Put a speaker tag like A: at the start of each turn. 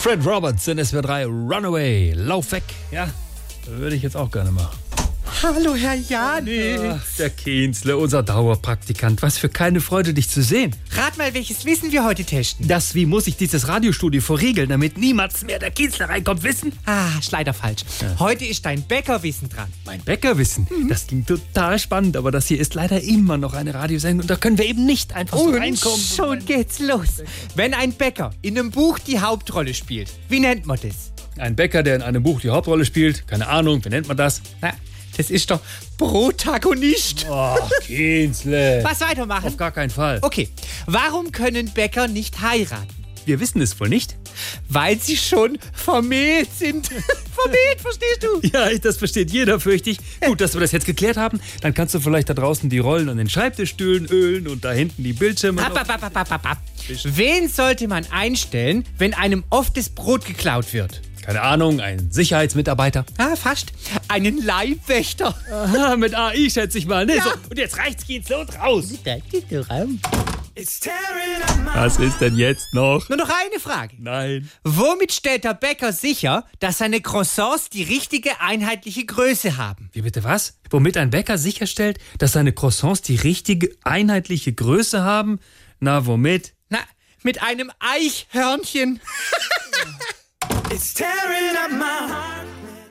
A: Fred Roberts in SW3 Runaway. Lauf weg. Ja, würde ich jetzt auch gerne machen.
B: Hallo, Herr Janitz.
A: Ach, der Kienzle, unser Dauerpraktikant. Was für keine Freude, dich zu sehen.
B: Rat mal, welches Wissen wir heute testen.
A: Das, wie muss ich dieses Radiostudio verriegeln, damit niemals mehr der Kienzle reinkommt, wissen?
B: Ah, ist leider falsch. Heute ist dein Bäckerwissen dran.
A: Mein Bäckerwissen. Das klingt total spannend, aber das hier ist leider immer noch eine Radiosendung und da können wir eben nicht einfach so reinkommen.
B: Oh, schon geht's los. Wenn ein Bäcker in einem Buch die Hauptrolle spielt, wie nennt man das?
A: Ein Bäcker, der in einem Buch die Hauptrolle spielt. Keine Ahnung, wie nennt man das?
B: Na, das ist doch Protagonist.
A: Oh, Kienzle.
B: Was weitermachen?
A: Auf gar keinen Fall.
B: Okay, warum können Bäcker nicht heiraten?
A: Wir wissen es wohl nicht.
B: Weil sie schon vermählt sind. vermählt, verstehst du?
A: Ja, ich- das versteht jeder, fürchte ich. Gut, dass wir das jetzt geklärt haben. Dann kannst du vielleicht da draußen die Rollen an den Schreibtischstühlen ölen und da hinten die Bildschirme.
B: Ab, ab, ab, ab, ab, ab, ab. Wen sollte man einstellen, wenn einem oft das Brot geklaut wird?
A: Keine Ahnung, ein Sicherheitsmitarbeiter.
B: Ah, fast. Einen Leibwächter.
A: Aha, mit AI schätze ich mal. Ne?
B: Ja.
A: So, und jetzt reicht's, geht's los, raus.
B: Nur
A: Was ist denn jetzt noch?
B: noch eine Frage.
A: Nein.
B: Womit stellt der Bäcker sicher, dass seine Croissants die richtige einheitliche Größe haben?
A: Wie bitte was? Womit ein Bäcker sicherstellt, dass seine Croissants die richtige einheitliche Größe haben? Na, womit?
B: Na, mit einem Eichhörnchen.